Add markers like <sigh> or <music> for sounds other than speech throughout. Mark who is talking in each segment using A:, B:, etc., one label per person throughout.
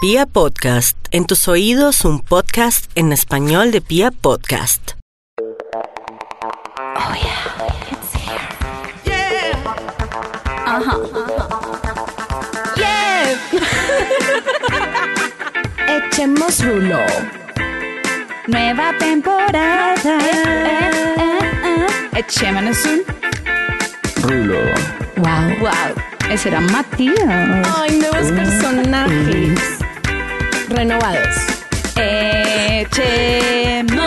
A: Pia Podcast, en tus oídos un podcast en español de Pia Podcast.
B: Oh yeah, it's here. Yeah. Uh huh. Yeah.
C: Echemos rulo.
B: Nueva temporada. Echémonos un
D: rulo.
B: Wow, wow. Ese era Matías.
C: Ay, nuevos personajes. Renovados.
B: Echemos.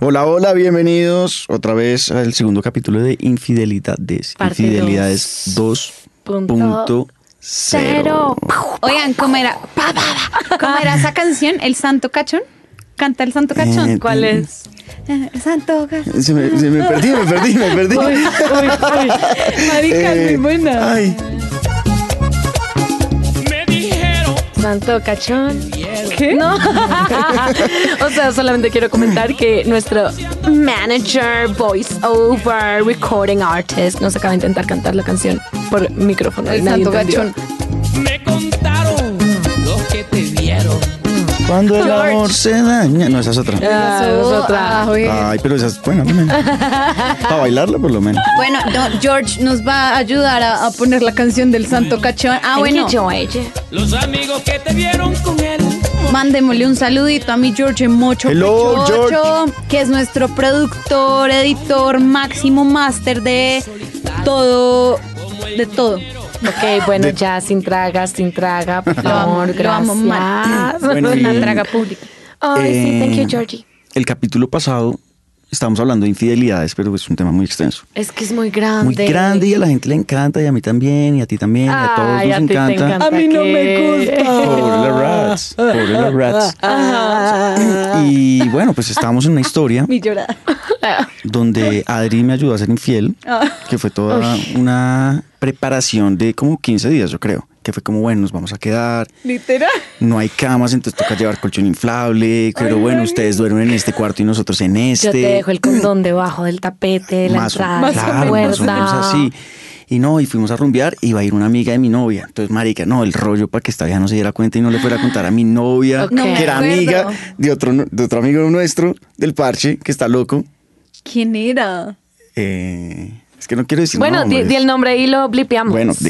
D: Hola, hola, bienvenidos otra vez al segundo capítulo de Infidelidades.
C: Parte
D: Infidelidades 2.0.
C: Cero.
B: Oigan, ¿cómo era? Pa, pa, pa. ¿Cómo era esa canción? ¿El Santo Cachón? ¿Canta el Santo Cachón?
D: Eh, ¿cuál
B: es? Santo Cachón.
D: Se me, se me perdí, me perdí, me perdí.
B: Marica, es
D: Eh,
B: muy buena.
D: Ay,
C: Santo cachón. ¿Qué? No. <laughs> o sea, solamente quiero comentar que nuestro manager, voice over, recording artist, nos acaba de intentar cantar la canción por micrófono. y
B: El
C: nadie
B: Santo
C: entendió.
B: Cachón.
E: Me contaron los que te vieron.
D: cuando el amor se daña. No, esa es otra.
C: Ah, nosotras.
B: Ah, oye.
D: Ay, pero esa es buena
C: <laughs>
D: también. Para bailarla, por lo menos.
B: Bueno, no, George nos va a ayudar a, a poner la canción del Santo Cachón. Ah, bueno,
E: Los amigos que te vieron con él.
B: mandémosle un saludito a mi George Mocho,
D: Hello,
B: Mocho, que es nuestro productor, editor, máximo máster de todo, de todo.
C: Ok, bueno, ya sin tragas, sin traga, por favor,
B: Lo amo,
C: gracias.
B: Max.
D: Bueno,
B: Una
D: y-
B: traga pública.
C: Ay, sí, thank you,
D: Eh,
C: Georgie.
D: El capítulo pasado estábamos hablando de infidelidades, pero es un tema muy extenso.
C: Es que es muy grande.
D: Muy grande y a la gente le encanta y a mí también y a ti también y a todos
C: Ay,
D: nos
C: a ti te
D: encanta.
C: encanta que-
D: Pobre la rats, pobre la rats. Y bueno, pues estábamos en una historia
B: Mi llorada.
D: donde Adri me ayudó a ser infiel,
C: Ah.
D: que fue toda una preparación de como 15 días, yo creo, que fue como, bueno, nos vamos a quedar,
B: Literal.
D: no hay camas, entonces toca llevar colchón inflable, pero bueno, ustedes duermen en este cuarto y nosotros en este.
C: Yo te dejo el condón debajo del tapete, la
D: Más o-
C: entrada,
D: claro,
C: la
D: más o
C: puerta.
D: menos así. Y no, y fuimos a rumbear y iba a ir una amiga de mi novia. Entonces, marica, no, el rollo para que esta vieja no se diera cuenta y no le fuera a contar a mi novia,
C: Ok. No me
D: que era
B: acuerdo.
D: amiga de otro, de otro amigo nuestro, del parche, que está loco.
B: ¿Quién era?
D: Eh, es que no quiero decir
C: Bueno, di,
D: nombres.
C: di el nombre y lo blipeamos.
D: Bueno, de-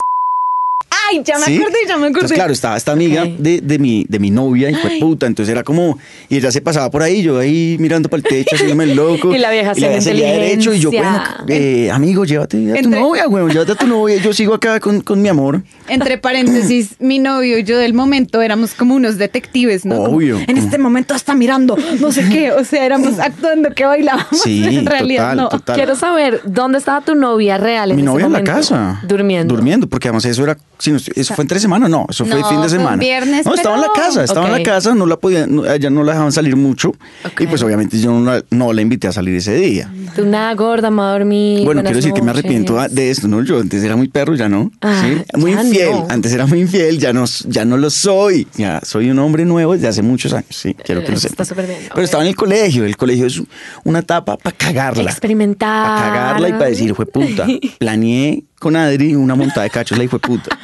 B: Ay, ya me
D: ¿sí?
B: acordé, ya me
D: Entonces,
B: acordé.
D: claro, estaba esta amiga
C: Ok.
D: de, de mi, de mi novia, y fue puta. Entonces era como, y ella se pasaba por ahí, yo ahí mirando para el techo, haciéndome el
B: <laughs>
D: loco.
C: Y la vieja haciendo
D: seguía derecho, y yo, bueno,
C: inteligencia.
D: eh, amigo, llévate a tu
B: Entre-
D: novia, weón, llévate a tu novia. Yo sigo acá con, con mi amor.
B: Entre
D: <clears throat>
B: paréntesis, mi novio y yo del momento éramos como unos detectives, ¿no? Como,
D: Obvio.
B: en este momento está mirando, no sé qué, o sea,
D: <clears throat>
B: éramos actuando que bailábamos.
D: Sí,
B: en realidad
D: total,
B: no.
D: total.
C: Quiero saber, ¿dónde estaba tu novia real en
D: mi
C: ese
D: novia en la
C: momento?
D: casa.
C: Durmiendo.
D: Durmiendo, porque además eso era. si no estoy- ¿Eso fue entre semana? No, eso fue
B: No,
D: fin
B: fue
D: de
B: un
D: semana.
B: viernes,
D: no, estaba en la
B: pero-
D: casa, estaba en
C: Ok.
D: la casa, no la podían, no, a ella no la dejaban salir mucho. Y pues obviamente yo no la, no la invité a salir ese día.
C: Tú nada gorda, me va a dormir.
D: bueno,
C: buenas
D: quiero decir que me
C: noches.
D: arrepiento a- de esto, ¿no? Yo antes era muy perro, ya no.
C: Ah,
D: ¿sí? Muy
C: ya
D: infiel.
C: no.
D: Antes era muy infiel, ya no, ya no lo soy. Ya soy un hombre nuevo desde hace muchos años. Sí, quiero que lo
C: Está
D: sepas.
C: súper bien, ok.
D: Pero estaba en el colegio. El colegio es una etapa para cagarla.
C: Experimentar.
D: Para cagarla y para decir, fue
C: <laughs>
D: puta. Planeé con Adri una montada de cachos, la hijo
C: <laughs>
D: puta.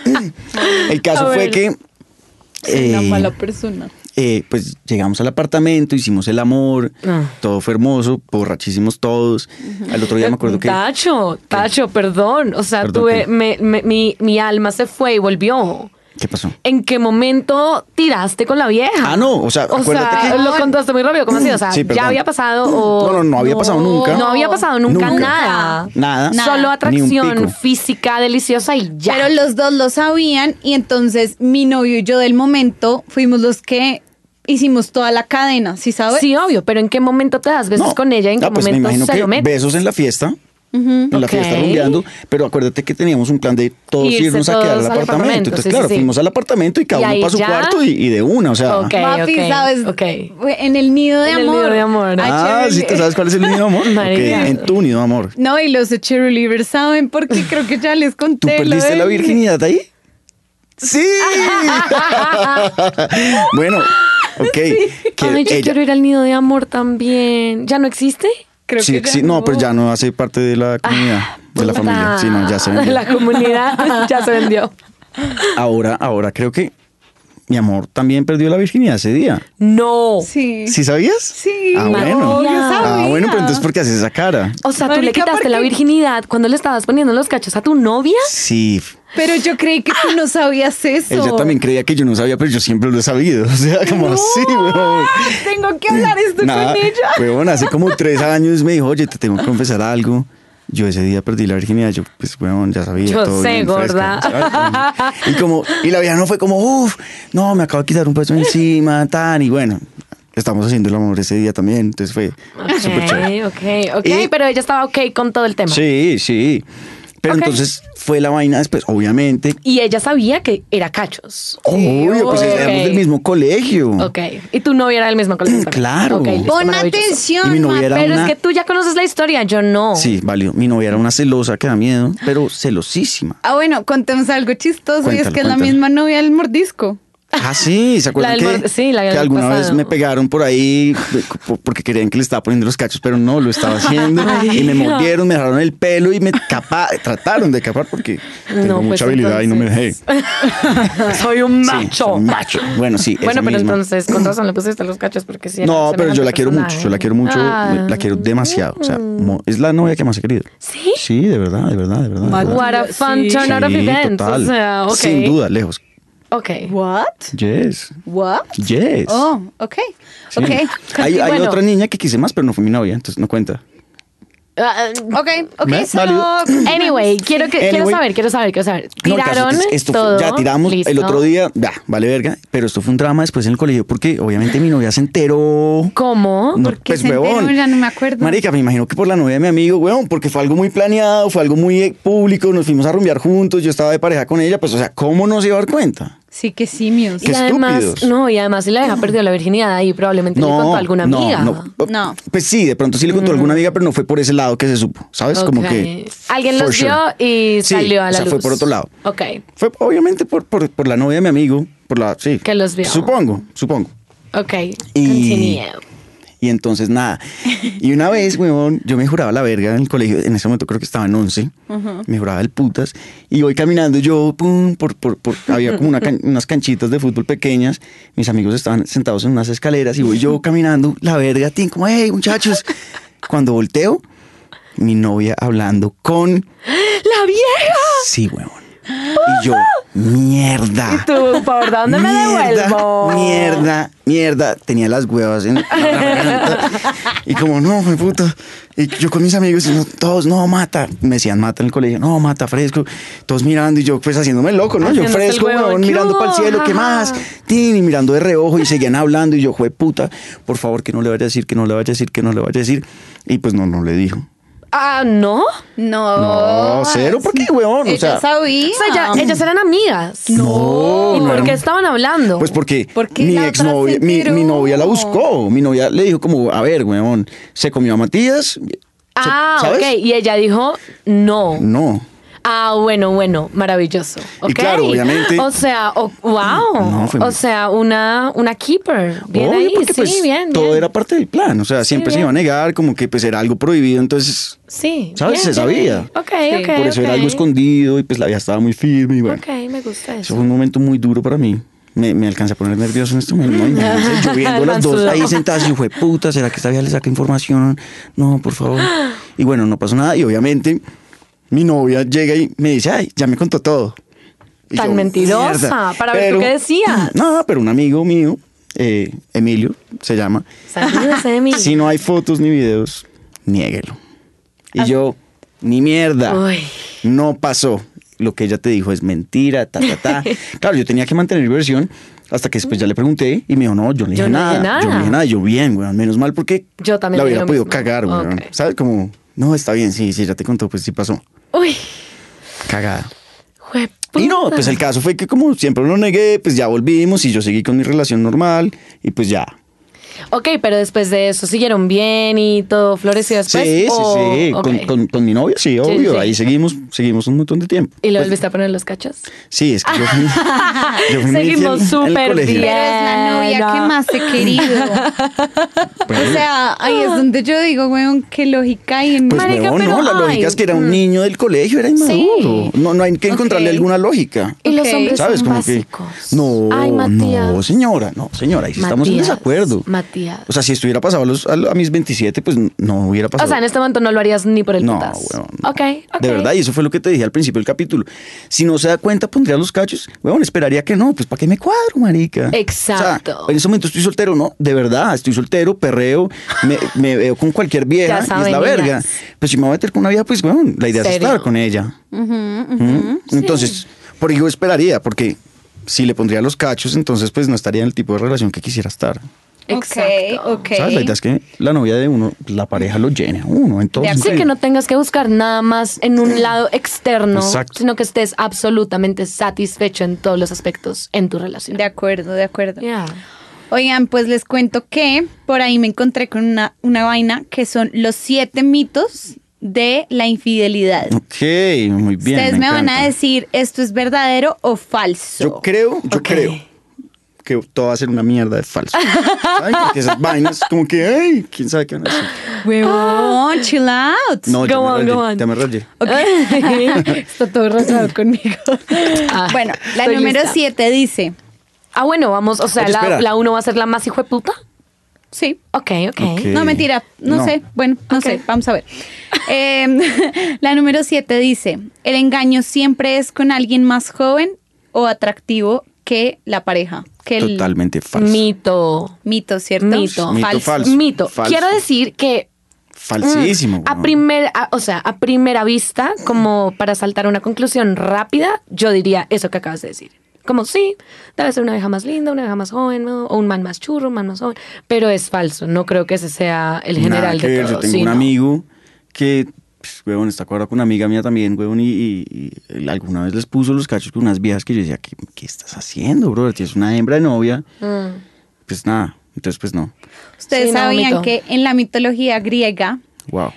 D: El
C: A
D: caso fue
C: ver.
D: que.
B: Soy Una
D: eh,
B: mala persona.
D: eh, pues llegamos al apartamento, hicimos el amor,
C: Ah.
D: todo fue hermoso, borrachísimos todos. Al otro día me acuerdo que.
C: Tacho, Tacho, perdón. O sea,
D: Perdón,
C: tuve,
D: ¿qué?
C: me- me- mi, mi alma se fue y volvió.
D: ¿Qué pasó?
C: ¿En qué momento tiraste con la vieja?
D: Ah, no, o sea,
C: O
D: acuérdate
C: sea,
D: que-
C: lo contaste muy rápido. ¿Cómo así? O sea,
D: Sí, perdón.
C: ya había pasado o.
D: No, no, no había pasado nunca.
C: No había pasado nunca,
D: Nunca.
C: nada.
D: Nada. Ni
C: Solo
D: un
C: atracción
D: pico.
C: física deliciosa y ya.
B: Pero los dos lo sabían y entonces mi novio y yo del momento fuimos los que hicimos toda la cadena, ¿sí sabes?
C: Sí, obvio, pero ¿en qué momento te das besos
D: No.
C: con ella? ¿En qué
D: Ah, pues me
C: momento
D: imagino
C: se
D: que
C: lo metes?
D: besos en la fiesta. en la
C: ok.
D: fiesta rumbeando, pero acuérdate que teníamos un plan de todos
C: Irse
D: irnos a quedar al
C: todos al
D: apartamento.
C: apartamento,
D: Entonces,
C: sí, sí,
D: claro,
C: sí.
D: fuimos al apartamento y cada
C: Y
D: uno
C: ahí
D: para su
C: ya-
D: cuarto y, y de una, o sea. ah,
C: Ok.
B: Papi, ¿sabes?
C: ok.
B: En el nido de
C: En el
B: amor.
C: nido de amor.
B: Ay,
D: Ah,
B: chévere.
D: sí, ¿te sabes cuál es el nido de
C: <laughs>
D: amor? Ok,
C: Marica.
D: En tu nido de amor.
B: No, y los de cheerleaders saben porque creo que ya les
D: ¿Tú
B: conté. lo
D: perdiste
B: de-
D: la virginidad
C: <laughs>
D: ahí? ¡Sí! <laughs> bueno, ok. que
C: Ay, yo
D: ella-
C: quiero ir al nido de amor también. ¿Ya no existe?
B: Creo
D: sí,
B: que ya Ah,
D: sí, no, pero ya no hace parte de la comunidad, de la familia. Sí, no,
B: <laughs>
D: ya se vendió.
C: Ah,
D: <laughs>
C: La comunidad ya se vendió.
D: Ahora, ahora creo que mi amor también perdió la virginidad ese día.
C: No.
B: Sí.
D: ¿Sí sabías?
B: Sí.
D: Ah, bueno.
B: No, yo
D: Ah,
B: sabía.
D: bueno, pero entonces ¿por qué haces esa cara?
C: O sea, tú le
B: Marica,
C: quitaste
B: ¿por
C: la
B: qué?
C: virginidad cuando le estabas poniendo los cachos a tu novia.
D: Sí.
B: Pero yo creí que tú no sabías eso.
D: Ella también creía que yo no sabía, pero yo siempre lo he sabido. <laughs> O sea, como así, weón.
B: Tengo que hablar esto
D: Nada, pues,
B: con ella.
D: weón, hace como tres años me dijo, oye, te tengo que confesar algo. Yo ese día perdí la virginidad, yo, pues, weón, ya sabía.
C: Yo
D: todo
C: sé,
D: bien fresca,
C: gorda.
D: ¿sabes? Y como, y la vieja no fue como, uff, no, me acabo de quitar un peso encima, tan, y bueno, estamos haciendo el amor ese día también, entonces fue Ah, súper chévere.
C: Ok, ok, ok.
D: Y-
C: Pero ella estaba ok con todo el tema.
D: Sí, sí. Pero
C: Ok.
D: entonces fue la vaina después, obviamente.
C: Y ella sabía que era cachos.
D: obvio, pues
C: ok.
D: éramos del mismo colegio.
C: Ok. Y tu novia era del
D: <clears throat>
C: mismo colegio. también.
D: Claro.
C: Ok, listo,
B: Pon
C: maravilloso.
D: Y mi
B: atención,
D: novia
B: ma,
D: era
C: Pero
D: una.
C: es que tú ya conoces la historia, yo no.
D: Sí, válido. Mi novia era una celosa que da miedo, pero celosísima.
B: Ah, bueno, contemos algo chistoso y es
D: Cuéntalo,
B: que es la
D: cuéntalo.
B: misma novia del mordisco.
D: Ah, sí, ¿se acuerdan
C: La del
D: que,
C: mor- sí, la del
D: que alguna
C: pasado.
D: vez me pegaron por ahí de- por- porque creían que le estaba poniendo los cachos, pero no, lo estaba
C: <laughs>
D: haciendo y me mordieron, me agarraron el pelo y me capa, trataron de capar porque tengo
C: No, pues,
D: mucha habilidad y no me dejé.
C: entonces- <laughs> Soy un
D: Sí, soy
C: macho.
D: un macho. Bueno, sí, esa
C: Bueno, pero
D: misma.
C: entonces con razón le pusiste los cachos porque sí. era
D: No, pero yo
C: semejante
D: la quiero mucho,
C: personaje.
D: yo la quiero mucho,
C: Ah.
D: la quiero demasiado. O sea, mo- es la novia que más he querido.
C: Mm. Sí.
D: Sí, de verdad, de verdad, de verdad. de verdad.
C: What a fun
B: Sí.
C: turn out of
D: Sí,
C: events.
D: total.
C: O sea, ah, ok.
D: Sin duda, lejos.
C: Ok.
B: What?
D: Yes.
B: What?
D: Yes.
B: Oh, ok.
D: Sí.
B: Ok.
D: Hay, hay
C: Bueno.
D: otra niña que quise más, pero no fue mi novia, entonces no cuenta.
C: Ah, ah,
B: Ok, ok,
D: ¿Ves?
B: so-
D: Válido.
C: Anyway, quiero, que, quiero
D: Anyway.
C: saber, quiero saber, quiero saber.
D: No, el caso
C: Tiraron
D: es- esto fue-
C: todo.
D: ya tiramos el
C: listo.
D: otro día, ya, vale verga, pero esto fue un drama después en el colegio porque obviamente mi novia se enteró.
C: ¿Cómo?
D: No, pues,
B: ¿Por qué se enteró? Ya no me acuerdo.
D: Marica, me imagino que por la novia de mi amigo, weón, porque fue algo muy planeado, fue algo muy eh, público, nos fuimos a rumbear juntos, yo estaba de pareja con ella, pues o sea, ¿cómo no se iba a dar cuenta?
B: Sí, que simios.
D: Qué
C: y además,
D: estúpidos.
C: no, y además si la deja perdió la virginidad ahí probablemente le contó a alguna amiga. Mm.
D: No, no.
B: No.
D: Pues sí, de pronto sí le contó a alguna amiga, pero no fue por ese lado que se supo, ¿sabes? Como
C: Ok.
D: que...
C: Alguien
D: for
C: los
D: sure.
C: vio y
D: Sí,
C: salió a la
D: o sea,
C: luz.
D: fue por otro lado.
C: Ok.
D: Fue obviamente por, por, por la novia de mi amigo, por la... Sí.
C: Que los vio.
D: Supongo, supongo.
C: Ok.
D: Y-
C: Continue.
D: Y entonces
C: <laughs>
D: nada. Y una vez, weón, yo me juraba la verga en el colegio, en ese momento creo que estaba en 11, me juraba el putas, y voy caminando yo, pum, por, por, por- había como una
C: <laughs>
D: can- unas canchitas de fútbol pequeñas, mis amigos estaban sentados en unas escaleras y voy
C: <laughs>
D: yo caminando, la verga, tin, como, hey, muchachos, cuando volteo, mi novia hablando con,
C: ¡La vieja!
D: sí, weón. Y yo, mierda.
C: Tú, ¿por dónde me devuelvo?
D: Mierda, mierda. Tenía las huevas en la garganta. Y como, no, me puto. Y yo con mis amigos, y no, todos, no, mata. Me decían, mata en el colegio, no, mata, fresco. Todos mirando y yo, pues haciéndome loco, ¿no? Yo
C: Haciéndose el
D: fresco,
C: huevo,
D: huevón,
C: ¿qué
D: mirando
C: hubo?
D: para el cielo, ¿qué más? Tin, y mirando de reojo y seguían hablando. Y yo, jue puta, por favor, que no le vaya a decir, que no le vaya a decir, que no le vaya a decir. Y pues no, no le dijo.
C: Ah, ¿no?
B: No.
D: No, cero, ¿por qué, huevón? O
B: Ella
D: sea,
B: sabía.
C: O sea, ya- ellas eran amigas.
D: No,
C: ¿Y
D: no
C: por
D: eran-
C: qué estaban hablando?
D: Pues porque
B: ¿Por qué
D: mi
B: la otra
D: ex novia,
B: se
D: mi,
B: enteró?
D: mi novia la buscó. Mi novia le dijo como, a ver, weón, se comió a Matías. se-
C: Ah,
D: ¿sabes?
C: ok. Y ella dijo no.
D: No.
C: Ah, bueno, bueno, maravilloso.
D: Y
C: ok.
D: claro, obviamente-
C: O sea, o- wow.
D: No, fue-
C: o sea, una, una keeper. Bien
D: Obvio,
C: ahí,
D: porque,
C: sí,
D: pues,
C: bien.
D: Todo
C: bien.
D: era parte del plan. O sea, siempre se
C: bien.
D: iba a negar, como que pues era algo prohibido, entonces.
C: Sí.
D: ¿sabes?
C: bien,
D: Se
C: bien.
D: sabía.
C: Ok, ok.
D: por eso era
C: ok.
D: algo escondido y pues la vida estaba muy firme y bueno.
C: Ok, me gusta
D: Eso
C: eso.
D: fue un momento muy duro para mí. Me, me alcancé a poner nervioso en este momento. ¿no? Imagínense, yo
C: <laughs>
D: viendo las dos ahí sentadas y fue puta, ¿será que esta vieja le saca información? No, por favor. Y bueno, no pasó nada. Y obviamente mi novia llega y me dice, ay, ya me contó todo. Y
C: Tan mentirosa,
D: "Mierda".
C: para ver tú qué decías.
D: No, pero un amigo mío, eh, Emilio, se llama.
C: Saludos, Emi.
D: Si no hay fotos ni videos, niéguelo. Y yo, ni mierda.
C: Ah. Uy.
D: No pasó. Lo que ella te dijo es mentira, ta, ta,
C: <laughs>
D: ta. claro, yo tenía que mantener mi versión hasta que después ya le pregunté y me dijo, no, yo no dije,
C: no
D: nada.
C: dije nada.
D: Yo no dije nada. Yo, bien, weón, menos mal porque
C: Yo también
D: la
C: dije
D: hubiera
C: lo
D: podido
C: mismo.
D: cagar, weón.
C: Ok.
D: ¿Sabes? Como, no, está bien, sí, sí, ya te contó, pues sí pasó.
C: Uy,
D: Cagada.
C: jue-
D: Y no, pues el caso fue que como siempre lo negué, pues ya volvimos y yo seguí con mi relación normal y pues ya.
C: Ok, pero después de eso siguieron bien y todo floreció después.
D: sí, sí,
C: o-
D: sí.
C: ok.
D: Con, con- con mi novio, sí, obvio.
C: sí.
D: Ahí seguimos, seguimos un montón de tiempo.
C: ¿Y le
D: Pues,
C: volviste a poner los cachos?
D: Sí, es que yo
C: <laughs>
D: fui, yo fui muy fiel
C: Seguimos
D: en el
C: súper
B: Pero
D: colegio.
C: bien.
B: es la novia
C: Bueno.
B: que más te he
C: <laughs>
B: querido.
D: Pues,
B: O sea, ahí es donde yo digo, weón, qué lógica hay en
D: pues
C: Marica,
D: huevón, no,
C: pero
D: la
C: ay, mm.
D: lógica es que era un niño del colegio, era inmaduro. No, no hay que encontrarle
B: Ok.
D: alguna lógica.
C: Y los
B: Ok.
C: hombres
D: ¿Sabes?
C: son
D: Como
C: básicos.
D: que. No,
C: Ay, Matías.
D: no, señora, no, señora, ahí sí estamos en
C: Matías,
D: desacuerdo.
C: Matías.
D: O sea, si estuviera pasado a, los- a, a mis 27, pues no hubiera pasado.
C: O sea, en este momento no lo harías ni por el
D: no,
C: putas.
D: weón. no.
C: Ok, ok.
D: De verdad, y eso fue lo que te dije al principio del capítulo. Si no se da cuenta, pondría los cachos. Weón, esperaría que no, pues ¿para qué me cuadro, marica?
C: Exacto.
D: O sea, en ese momento estoy soltero, no, de verdad, estoy soltero, perreo, me, me veo con cualquier vieja
C: <laughs> Ya
D: y es
C: saben,
D: la verga.
C: niñas.
D: Pero si me voy a meter con una vieja, pues, weón, la idea es
C: Serio.
D: estar con ella. ¿Mm? Entonces, por ello esperaría, porque si le pondría los cachos, entonces pues no estaría en el tipo de relación que quisiera estar.
C: Exacto.
B: Ok, ok.
D: ¿Sabes? La idea es que la novia de uno, la pareja lo llena a uno. Entonces,
C: Sí, que no tengas que buscar nada más en un lado externo,
D: Exacto.
C: sino que estés absolutamente satisfecho en todos los aspectos en tu relación.
B: De acuerdo, de acuerdo.
C: Yeah.
B: Oigan, pues les cuento que por ahí me encontré con una, una vaina que son los siete mitos de la infidelidad.
D: Ok, muy bien.
B: Ustedes me, van
D: encanta.
B: a decir, ¿esto es verdadero o falso?
D: Yo creo, yo
C: Ok.
D: creo que todo va a ser una mierda de falso. ¿Saben? Porque esas vainas, como que, ay, quién sabe qué van a decir.
C: Ah.
B: Huevón, chill out. <laughs>
D: No, ya
C: Go
D: me
C: on,
D: rayé,
C: go on.
D: ya me rayé.
C: Está todo razonado conmigo. Ah,
B: Bueno, la
C: estoy
B: número
C: lista.
B: siete dice,
C: Ah, bueno, vamos, o sea,
D: Oye,
C: la,
D: espera.
C: la uno va a ser la más hijo de puta.
B: sí,
C: Ok, ok.
D: Ok.
B: No, mentira, no,
D: No.
B: sé. Bueno, no
C: Ok.
B: sé, vamos a ver. <laughs> Eh, <laughs> la número 7 dice, el engaño siempre es con alguien más joven o atractivo que la pareja, que el
D: Totalmente falso.
C: mm, Mito.
B: mito, ¿cierto?
C: Mito.
D: Mito, falso.
C: Mito.
D: Falso.
C: Quiero decir que
D: Falsísimo.
C: Mm, A
D: weón.
C: primer, a- o sea, a primera vista, como para saltar a una conclusión rápida, yo diría eso que acabas de decir. Como sí, debe ser una vieja más linda, una vieja más joven, ¿no? o un man más churro, un man más joven. Pero es falso, no creo que ese sea el general
D: Nada que
C: de
D: ver,
C: todo.
D: Yo tengo
C: sí,
D: un
C: no.
D: amigo que, pues, huevón, está cuadrado con una amiga mía también, huevón, y, y- y él alguna vez les puso los cachos con unas viejas que yo decía, ¿qué, qué estás haciendo, brother? Tienes una hembra de novia.
C: Mm.
D: Pues nada, entonces pues no.
B: Ustedes
C: Sí, no,
B: sabían
C: mito.
B: que en la mitología griega,
D: Wow.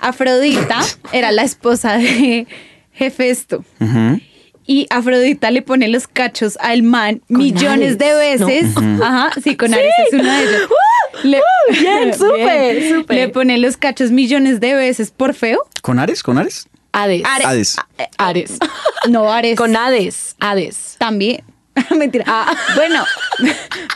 B: Afrodita era la esposa de <laughs> Hefesto.
D: Ujú.
B: Y Afrodita le pone los cachos al man millones
C: Ares,
B: de
C: ¿no? ¡Uh!
B: veces. Ajá, sí, con Ares es uno de
C: <laughs>
B: ellos. <laughs> Le-
C: bien, súper,
B: Bien.
C: súper.
B: Le pone los cachos millones de veces por feo.
D: ¿Con Ares? ¿Con Ares?
C: Hades.
B: Are-
D: Hades.
C: eh, Ares.
B: <laughs> No, Ares.
C: Con Ah. Hades. Hades.
B: También. <laughs> Mentira. <laughs> Bueno,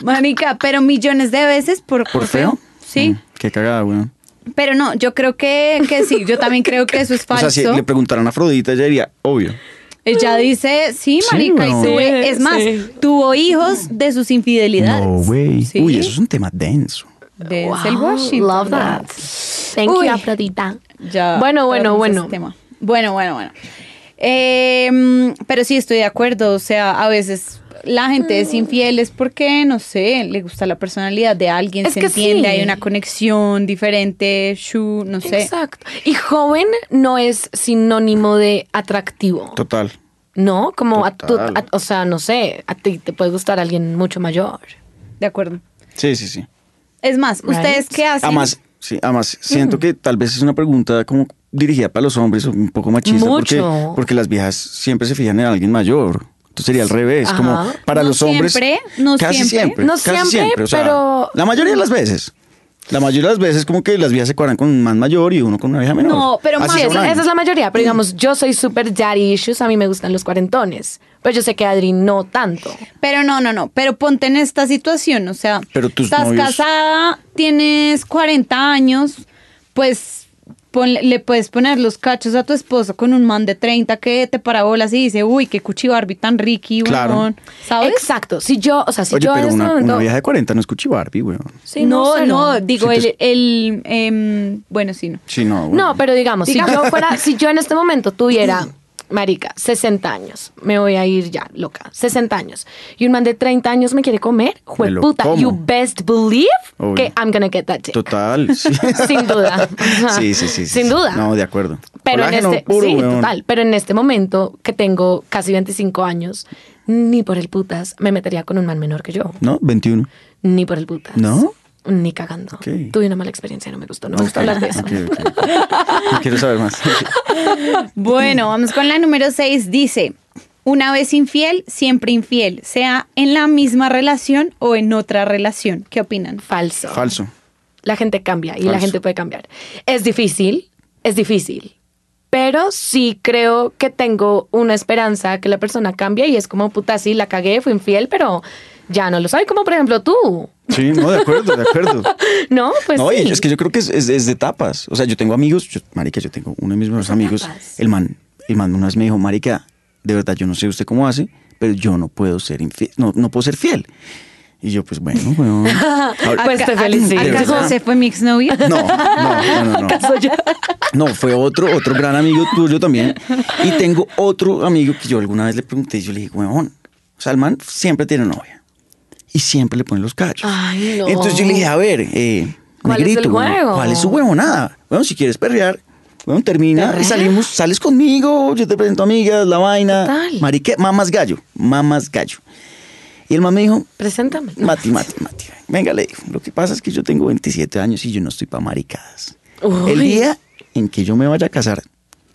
B: Mónica, pero millones de veces por,
D: ¿Por feo?
B: Sí.
D: Mm, qué cagada, weón.
C: Mm.
B: Pero no, yo creo que, que sí. Yo también creo que
C: <laughs>
B: eso es falso.
D: O sea, si le preguntaran a Afrodita, ella diría, obvio.
B: Ella Eh, dice, sí,
D: Sí,
B: Marica, y
D: no.
B: tuve- Es
C: Sí,
B: más,
C: sí.
B: tuvo hijos de sus infidelidades. Sí.
D: Uy, eso es un tema denso.
B: De
C: Wow,
B: Denzel Washington.
C: Love that. Thank
B: Uy.
C: you, Afrodita.
B: Ya
C: Bueno, bueno,
B: tratamos
C: bueno.
B: ese tema. Bueno, bueno, bueno. Eh, pero sí estoy de acuerdo, o sea, a veces la gente
C: Mm.
B: es infiel es porque, no sé, le gusta la personalidad de alguien,
C: Es
B: se
C: que
B: entiende,
C: sí.
B: hay una conexión diferente, shu, no sé.
C: Exacto. Y joven no es sinónimo de atractivo.
D: Total.
C: No, como a tu-
D: Total.
C: a- o sea, no sé, a ti te puede gustar alguien mucho mayor.
B: De acuerdo.
D: Sí, sí, sí.
B: Es más,
C: Right.
B: ¿ustedes qué hacen?
D: Además, sí, además siento
C: Mm.
D: que tal vez es una pregunta como dirigida para los hombres, un poco machista,
C: Mucho.
D: Porque, porque las viejas siempre se fijan en alguien mayor. Entonces sería al revés,
C: Ajá.
D: como para
B: No
D: los hombres.
B: siempre, no
D: casi
B: siempre.
D: siempre.
C: No
D: casi
C: siempre,
D: o sea,
C: pero-
D: La mayoría de las veces. La mayoría de las veces como que las viejas se cuadran con un man mayor y uno con una vieja menor.
B: No, pero
D: Así
B: más-
D: sea
C: Sí,
D: un
C: esa,
D: año.
C: esa es la mayoría, pero digamos, yo soy súper daddy issues, a mí me gustan los cuarentones, pero yo sé que Adri no tanto.
B: Pero no, no, no, pero ponte en esta situación, o sea,
D: Pero tus
B: estás
D: novios-
B: casada, tienes 40 años, pues ponle- le puedes poner los cachos a tu esposo con un man de 30 que te parabolas y dice, uy, qué cuchibarbi tan ricky,
D: Claro.
B: weón", ¿sabes?
C: Exacto, si yo, o sea, si
D: Oye,
C: yo en
D: pero
C: este
D: una, una
C: momento...
D: vieja de 40 no es cuchi Barbie, weón.
C: Sí,
B: no,
C: cero.
B: no, digo,
D: Si
B: el, el, em, bueno, sí, no.
D: Sí, no. weón.
C: No, pero digamos, si yo fuera, si yo en este momento tuviera, marica, 60 años, me voy a ir ya, loca, 60 años, y un man de 30 años me quiere comer,
D: Me lo
C: jueputa,
D: como.
C: you best believe
D: Obvio.
C: que I'm gonna get that dick. <laughs>
D: Total. Sí.
C: Sin duda.
D: Sí, sí, sí, sí,
C: Sin
D: sí.
C: duda.
D: No, de acuerdo.
C: Pero en
D: Colágeno
C: este,
D: puro,
C: sí,
D: weón.
C: total. Pero en este momento que tengo casi 25 años, ni por el putas me metería con un man menor que yo.
D: ¿No? 21.
C: Ni por el putas.
D: ¿No?
C: Ni cagando.
D: Ok.
C: Tuve una mala experiencia, no me gustó. No me gusta hablar de eso.
D: Ok, ok. No quiero saber más.
B: Bueno, vamos con la número 6. Dice, una vez infiel, siempre infiel, sea en la misma relación o en otra relación. ¿Qué opinan?
C: Falso.
D: <laughs> Falso.
C: La gente cambia y la
D: Falso.
C: gente puede cambiar. Es difícil, es difícil. Pero sí creo que tengo una esperanza que la persona cambie y es como, puta, sí, la cagué, fui infiel, pero ya no lo soy. Como por ejemplo tú.
D: Sí, no, de acuerdo, de acuerdo.
C: No, pues
D: no, y
C: sí.
D: es que yo creo que es, es- es de etapas. O sea, yo tengo amigos, yo- marica, yo tengo uno de mis mejores amigos,
C: etapas.
D: el man, el man una vez me dijo, marica, de verdad, yo no sé usted cómo hace, pero yo no puedo ser infiel, no, no puedo ser fiel. Y yo, pues bueno, weón. Ahora-
C: <laughs> Pues te felicito.
D: de
B: ¿Acaso
D: verdad.
B: José fue mi exnovio?
D: No, no, no, no, no.
C: ¿Acaso yo?
D: No, fue otro, otro gran amigo tuyo también. Y tengo otro amigo que yo alguna vez le pregunté, yo le dije, weón, o sea, el man siempre tiene novia. Y siempre le pone los cachos.
C: Ay, no.
D: Entonces yo le dije, a ver, eh,
C: ¿Cuál es
D: negrito,
C: el
D: weón,
C: juego?
D: ¿cuál es su huevonada? Bueno, si quieres perrear, bueno, termina
C: Perrea.
D: y salimos, sales conmigo, yo te presento amigas, la vaina.
C: Total.
D: Marique, mamas gallo, mamas gallo. Y el man me dijo,
C: Preséntame.
D: Mati, Mati, Mati. Venga, le digo. Lo que pasa es que yo tengo 27 años y yo no estoy para maricadas.
C: Uy.
D: El día en que yo me vaya a casar,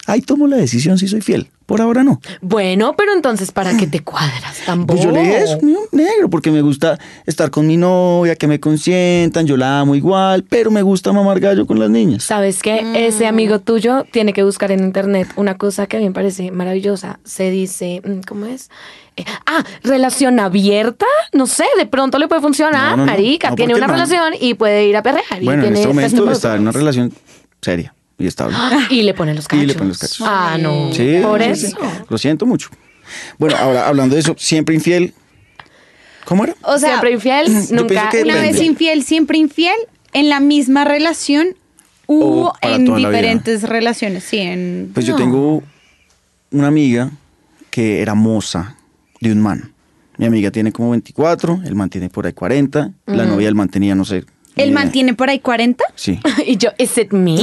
D: ahí tomo la decisión si soy fiel. Por ahora no.
C: Bueno, pero entonces, ¿para qué te cuadras tan
D: Pues yo le dije, es
C: bobo?
D: mío, negro, porque me gusta estar con mi novia, que me consientan, yo la amo igual, pero me gusta mamar gallo con las niñas.
C: ¿Sabes qué? Ese amigo tuyo tiene que buscar en internet una cosa que a mí me parece maravillosa. Se dice, mm, ¿cómo es? Eh, ah, relación abierta. No sé, de pronto le puede funcionar.
D: No, no, no.
C: Marica,
D: No,
C: tiene
D: porque
C: una
D: el man-
C: relación y puede ir a perrear.
D: Bueno,
C: y
D: en este
C: tiene estas
D: momento
C: nuevas-
D: está en una relación seria y estable.
C: Y le pone los
D: Y
C: cachos.
D: le pone los cachos.
C: Ah, no.
D: Sí,
C: Por
D: sí,
C: eso.
D: sí. Lo siento mucho. Bueno, ahora hablando de eso, siempre infiel. ¿Cómo era?
B: O sea,
C: Siempre infiel,
D: yo
C: nunca.
D: pienso que
B: una
D: depende.
B: vez infiel, siempre infiel, en la misma relación hubo
D: para
B: en
D: toda la vida.
B: diferentes relaciones. Sí, en...
D: Pues yo tengo una amiga que era moza de un man. Mi amiga tiene como 24, el man tiene por ahí 40, la novia del man tenía, no sé.
B: ¿El
D: ni
B: man
D: idea.
B: tiene por ahí 40?
D: <laughs> Sí,
C: y yo, ¿is it me?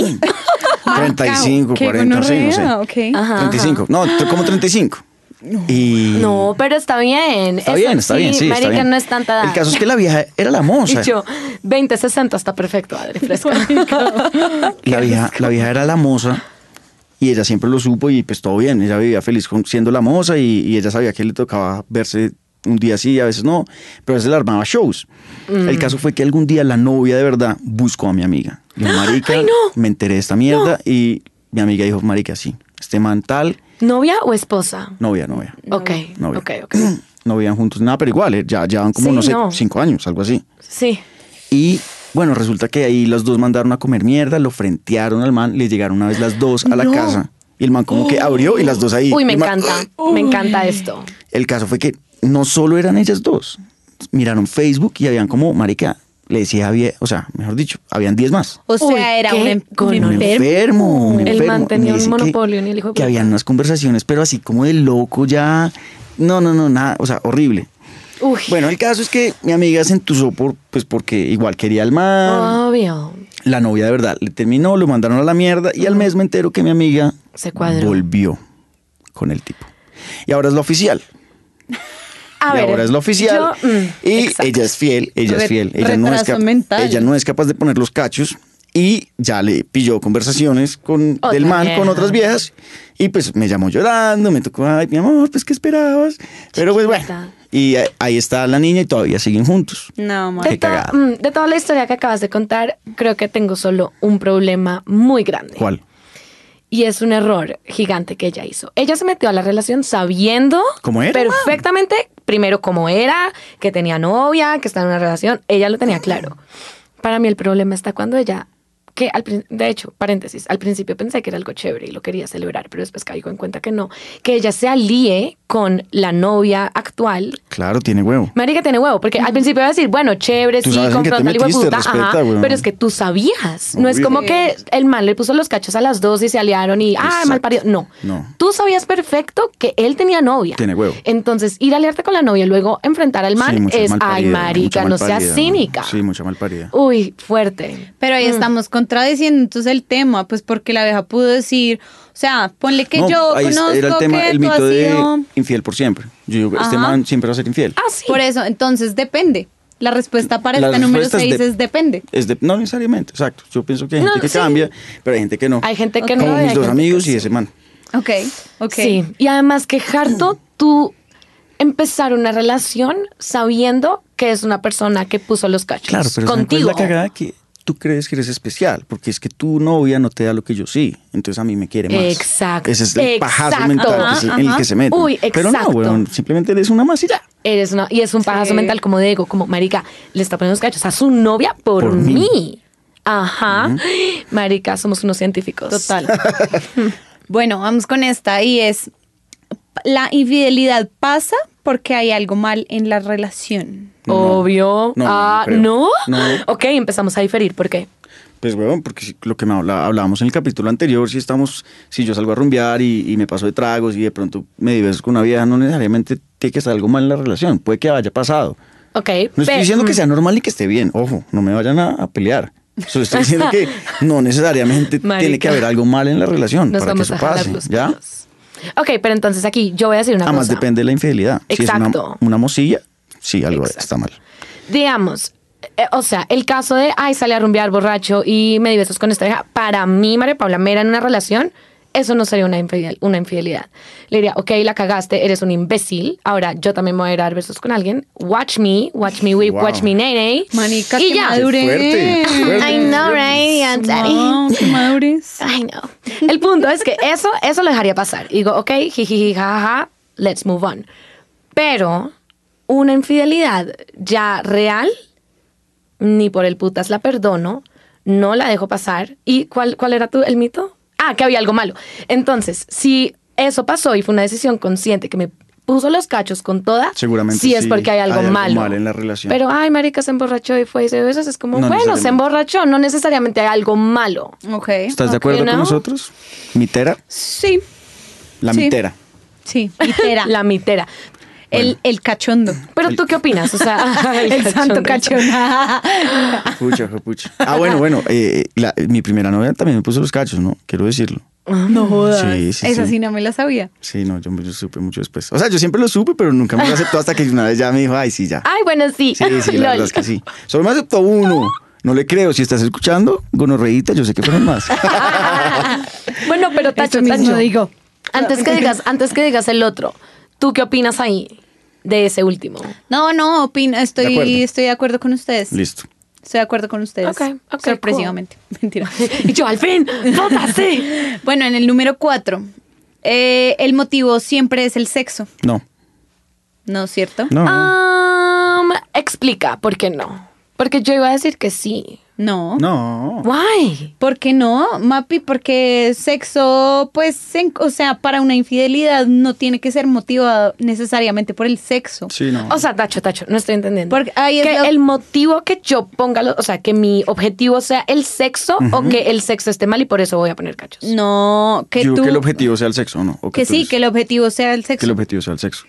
D: 35,
B: Qué
D: 40, sí, no sé.
B: gonorrea, ok.
C: Ajá,
D: 35, no, t- como 35. Y
C: No, pero está bien.
D: está
C: Eso
D: bien, está bien, sí, está
C: Marica,
D: bien.
C: no es tanta edad.
D: El caso es que la vieja era la moza.
C: Y <laughs> yo, 20, 60 está perfecto, Adri, fresca.
D: la, vieja, la vieja era la moza y ella siempre lo supo y pues todo bien, ella vivía feliz con- siendo la moza y, y ella sabía que le tocaba verse un día sí, a veces no, pero a veces le armaba shows.
C: Mm.
D: El caso fue que algún día la novia de verdad buscó a mi amiga. Le dijo, marica,
C: <gasps> ¡Ay, no!
D: me enteré de esta mierda y mi amiga dijo, marica, sí, este man tal,
C: ¿Novia o esposa?
D: novia, novia,
C: Ok,
D: novia.
C: ok, ok.
D: <clears throat> No vivían juntos nada, pero igual, eh, ya llevan como,
C: Sí,
D: no sé,
C: no.
D: cinco años, algo así.
C: Sí.
D: Y bueno, resulta que ahí los dos mandaron a comer mierda, lo frentearon al man, le llegaron una vez las dos a la casa. Y el man como que abrió y las dos ahí.
C: Uy, me
D: El man-
C: encanta, me encanta esto.
D: El caso fue que no solo eran ellas dos, miraron Facebook y habían como, marica, le decía, había, o sea, mejor dicho, habían 10 más.
B: O sea,
C: Uy,
B: era
C: qué
B: un, em- un
C: gonorrea.
D: Un
B: enfermo.
D: enfermo, un
C: El
D: enfermo.
C: man tenía
D: Y
C: un
D: dice que-
C: monopolio en el hijo de
D: Que
C: puta.
D: habían unas conversaciones, pero así como de loco ya. No, no, no, nada, o sea, horrible.
C: Uy,
D: Bueno, el caso es que mi amiga se entusó por, pues porque igual quería al man.
C: obvio.
D: La novia de verdad le terminó, lo mandaron a la mierda y al mes me entero que mi amiga
C: Se cuadró.
D: volvió con el tipo. Y ahora es la oficial.
C: A
D: y
C: ver,
D: ahora es la oficial.
C: yo, mm,
D: y
C: exacto.
D: ella es fiel, ella
B: Re-
D: es fiel. Ella no es,
B: retraso
D: cap-
B: mental.
D: ella no es capaz de poner los cachos y ya le pilló conversaciones con
C: Otra
D: del man con
C: vieja.
D: otras viejas y pues me llamó llorando, me tocó, ay, mi amor, pues qué esperabas. Pero pues
C: Chiquita.
D: bueno. Y eh, ahí está la niña y todavía siguen juntos.
B: No,
C: De,
B: man.
D: Qué
C: to-
D: cagada.
C: mm, de toda la historia que acabas de contar, creo que tengo solo un problema muy grande.
D: ¿Cuál?
C: Y es un error gigante que ella hizo. Ella se metió a la relación sabiendo
D: ¿Cómo era?
C: perfectamente, primero cómo era, que tenía novia, que estaba en una relación. Ella lo tenía claro. Para mí el problema está cuando ella, que al, prin- de hecho, paréntesis, al principio pensé que era algo chévere y lo quería celebrar, pero después caigo en cuenta que no, que ella se alíe con la novia actual
D: Claro, tiene huevo.
C: Marica tiene huevo, porque al principio iba a decir, bueno, chévere,
D: Tú
C: sí,
D: sabes en qué te
C: confronta al hijo de
D: metiste,
C: puta,
D: respeta,
C: ajá,
D: weón.
C: pero es que tú sabías. No es
D: Obvio.
C: como que el man le puso los cachos a las dos y se aliaron y, ah,
D: Exacto.
C: mal parido. No.
D: No.
C: Tú sabías perfecto que él tenía novia.
D: Tiene huevo.
C: Entonces, ir a aliarte con la novia y luego enfrentar al man
D: Sí, mucha
C: es, ay,
D: malparida,
C: marica,
D: mucha
C: no seas
D: malparida,
C: cínica.
D: Sí, mucha malparida.
C: Uy, fuerte.
B: Pero ahí estamos contradiciendo entonces el tema, pues porque la vieja pudo decir, o sea, ponle que
D: No,
B: yo
D: ahí es-
B: conozco
D: era el tema,
B: que
D: el
B: tú
D: mito
B: has
D: de
B: sido...
D: infiel por siempre. Yo digo, este
B: Ajá.
D: man siempre va a ser infiel.
C: Ah, sí.
B: Por eso, entonces depende. La respuesta para
D: La
B: este número
D: respuesta es
B: 6
D: de-
B: es depende.
D: Es de- no necesariamente, exacto. Yo pienso que hay
C: No,
D: gente que
C: sí.
D: cambia, pero hay gente que no.
C: Hay gente que
D: Como
C: no. y
D: mis
C: hay
D: dos
C: gente
D: amigos
C: que
D: y
C: sí.
D: ese man.
B: Ok, ok.
C: Sí. Y además que harto tú empezar una relación sabiendo que es una persona que puso los cachos
D: Claro, pero ¿saben cuál
C: contigo.
D: es la cagada que tú crees que eres especial, porque es que tu novia no te da lo que yo sí, entonces a mí me quiere más.
C: Exacto.
D: Ese es el pajazo
C: Exacto.
D: mental que es el, en el
B: Ajá.
D: que se mete.
C: Uy,
D: Pero no,
C: exacto.
D: weón, simplemente eres una más y ya.
C: Eres una, y es un pajazo
B: Sí.
C: mental, como digo, como marica, le está poniendo los cachos a su novia por,
D: Por mí.
C: mí. Ajá. Marica, somos unos
B: <laughs>
C: científicos.
B: Total. bueno, vamos con esta y es la infidelidad pasa porque hay algo mal en la relación.
D: No.
C: Obvio.
D: No, no, no
C: ah,
D: creo.
C: ¿no?
D: No.
C: Ok, empezamos a diferir. ¿Por qué?
D: Pues, weón, porque si- lo que me habla- hablábamos en el capítulo anterior, si estamos, si yo salgo a rumbear y, y me paso de tragos y de pronto me diverso con una vieja, no necesariamente tiene que estar algo mal en la relación, puede que haya pasado.
C: Ok. mm,
D: No estoy
C: pe-
D: diciendo que sea normal y que esté bien, ojo, no me vayan a, a pelear. Solo estoy diciendo que no necesariamente tiene que
C: <laughs> Marica.
D: haber algo mal en la relación
C: Nos
D: para que
C: vamos
D: eso
C: a jalar
D: pase,
C: los
D: ¿ya?
C: pelos. Ok, pero entonces aquí yo voy a decir una
D: Además
C: cosa.
D: depende de la infidelidad. Si es
C: Exacto.
D: una, una mosilla, sí, algo
C: Exacto.
D: está mal.
C: Digamos, eh, o sea, el caso de, ay, sale a rumbear borracho y me di besos con esta vieja, para mí, María Paula Mera, en una relación, eso no sería una, infidel- una infidelidad. Le diría, ok, la cagaste, eres un imbécil, ahora yo también me voy a ir a dar besos con alguien, watch me, watch me whip,
D: Wow.
C: watch me nay nay.
B: Manica,
C: y
B: qué
C: ya.
B: madurez.
D: Fuerte, fuerte.
C: I know, right? Yeah, daddy.
B: Wow, qué madurez.
C: I know. El punto es que eso, eso lo dejaría pasar. Y digo, ok, jijiji, jajaja, let's move on. Pero una infidelidad ya real, ni por el putas la perdono, no la dejo pasar. ¿Y cuál, cuál era tu, el mito? Ah, que había algo malo. Entonces, si eso pasó y fue una decisión consciente que me puso los cachos con toda,
D: Seguramente
C: sí es
D: sí
C: porque hay algo,
D: hay algo
C: malo.
D: mal en la relación.
C: Pero, ay, marica, se emborrachó y fue y se besó. Es como,
D: No
C: bueno,
D: necesariamente.
C: se emborrachó. No necesariamente hay algo malo.
B: Ok.
D: ¿Estás de
C: Ok,
D: acuerdo con
C: ¿no?
D: nosotros? Mitera,
B: Sí,
D: la
B: Sí.
D: mitera.
B: sí, literal.
C: La mitera.
B: el, el cachondo.
C: Pero tú qué opinas? O
D: <laughs>
C: sea,
B: <laughs> El, santo cachondo.
D: Pucha, hijo de pucha. Ah, bueno, bueno, eh, la- mi primera novia también me puso los cachos, ¿no? Quiero decirlo.
B: <laughs> No jodas.
D: Sí, sí,
B: Esa
D: sí.
B: sí no me la sabía.
D: Sí, no, yo, yo supe mucho después. O sea, yo siempre lo supe, pero nunca me lo aceptó hasta que una vez ya me dijo, ay, sí, ya.
B: Ah,
C: Ay, bueno, sí.
D: Sí,
B: <laughs>
D: sí, la
C: <laughs> Lol.
D: verdad es que sí. Solo me aceptó uno. No le creo. Si estás escuchando, gonorreíta, yo sé que fueron
B: <laughs>
D: más.
C: Bueno, pero
B: Esto
C: Tacho,
B: mismo
C: Tacho.
B: digo.
C: Antes que digas, antes que digas el otro, ¿tú qué opinas ahí de ese último?
B: No, no, opina, estoy,
D: acuerdo.
B: estoy de acuerdo con ustedes.
D: Listo.
B: Estoy de acuerdo con ustedes.
C: Ok, ok,
B: sorpresivamente. <laughs>
C: <laughs>
B: Mentira.
C: Y yo, al fin, votaste.
B: <laughs> bueno, en el número cuatro, eh, el motivo siempre es el sexo,
D: No,
B: ¿no es cierto?
D: no.
C: Um, explica, ¿por qué no? Porque yo iba a decir que sí.
B: No.
D: No.
C: Why?
B: ¿Por qué no, Mapi? Porque sexo, pues, en- o sea, para una infidelidad no tiene que ser motivado necesariamente por el sexso.
D: Sí, no.
C: O sea, Tacho, Tacho, no estoy entendiendo.
B: Porque ahí es
C: que
B: lo-
C: el motivo que yo ponga, lo- o sea, que mi objetivo sea el sexo o que el sexo esté mal y por eso voy a poner cachos.
B: No, que
D: Yo
B: tú...
D: que el objetivo sea el sexo, ¿o ¿no? ¿O
B: que
D: tú
B: sí,
D: dices?
B: que el objetivo sea el
D: Que el
B: sexo.
D: objetivo sea el sexo.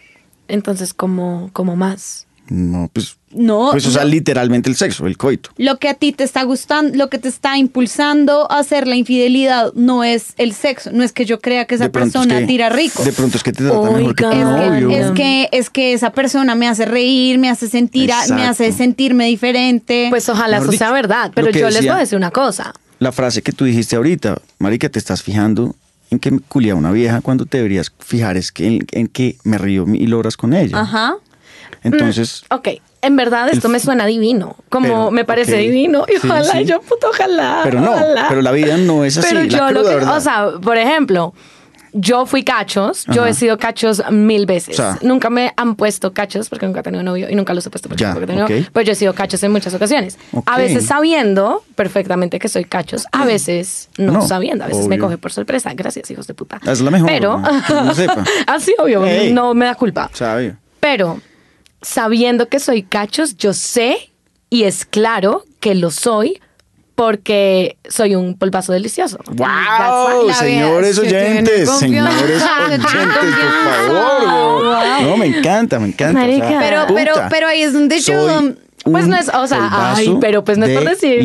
C: Entonces, como, como más.
D: No, pues.
B: No,
D: Pues, o sea,
B: no.
D: literalmente el sexo, el coito.
B: lo que a ti te está gustando, lo que te está impulsando a hacer la infidelidad no es el sexo, no es que yo crea que esa
D: De pronto
B: persona
D: es que-
B: tira rico.
D: De pronto es que te trata mejor que tu
C: Oiga.
B: es,
D: novio.
B: que, es que es que esa persona me hace reír, me hace sentir, a- me
D: Exacto.
B: hace sentirme diferente.
C: Pues ojalá
D: Mejor
C: eso sea
D: dicho,
C: verdad,
D: lo
C: pero
D: que
C: yo les
D: decía-
C: voy a decir una cosa.
D: La frase que tú dijiste ahorita, Marica, te estás fijando en que me culía una vieja cuando te deberías fijar es que en, en que me río y logras con ella.
B: Ajá. Mm.
D: Entonces,
C: Ok, en verdad esto me suena divino, como
D: Pero,
C: me parece
D: ok.
C: divino. Y
D: Sí,
C: ojalá,
D: sí.
C: yo puto, ojalá.
D: Pero no,
C: ojalá.
D: pero la vida no es así,
C: Pero
D: la
C: yo lo
D: cruda
C: que,
D: verdad.
C: o sea, por ejemplo, yo fui cachos, yo
D: Ajá.
C: he sido cachos mil veces.
D: O sea.
C: nunca me han puesto cachos porque nunca he tenido novio y nunca los he puesto porque
D: Ya,
C: nunca he tenido.
D: ok.
C: Pero yo he sido cachos en muchas ocasiones.
D: Ok.
C: A veces sabiendo perfectamente que soy cachos, a veces no,
D: No,
C: sabiendo, a veces me
D: obvio.
C: coge por sorpresa. Gracias, hijos de puta.
D: Es la mejor,
C: Pero,
D: ¿no? Que uno
C: <laughs>
D: sepa.
C: así obvio,
D: Ey.
C: no me da culpa.
D: ¿sabe?
C: Pero sabiendo que soy cachos, yo sé y es claro que lo soy porque soy un polvazo delicioso.
D: ¡Wow!
B: la
D: Señores
B: vida, se tiene
D: oyentes,
B: confianza,
D: señores
B: se
D: oyentes,
B: <laughs> tiene
D: por
B: confianza.
D: favor. güey. No, me encanta, me encanta. o sea,
C: Marica.
B: Pero, pero,
D: puta,
B: pero ahí es donde yo
D: soy
C: Pues
D: un
C: no es- o sea,
D: polvazo
C: ay, pero pues no es por decir.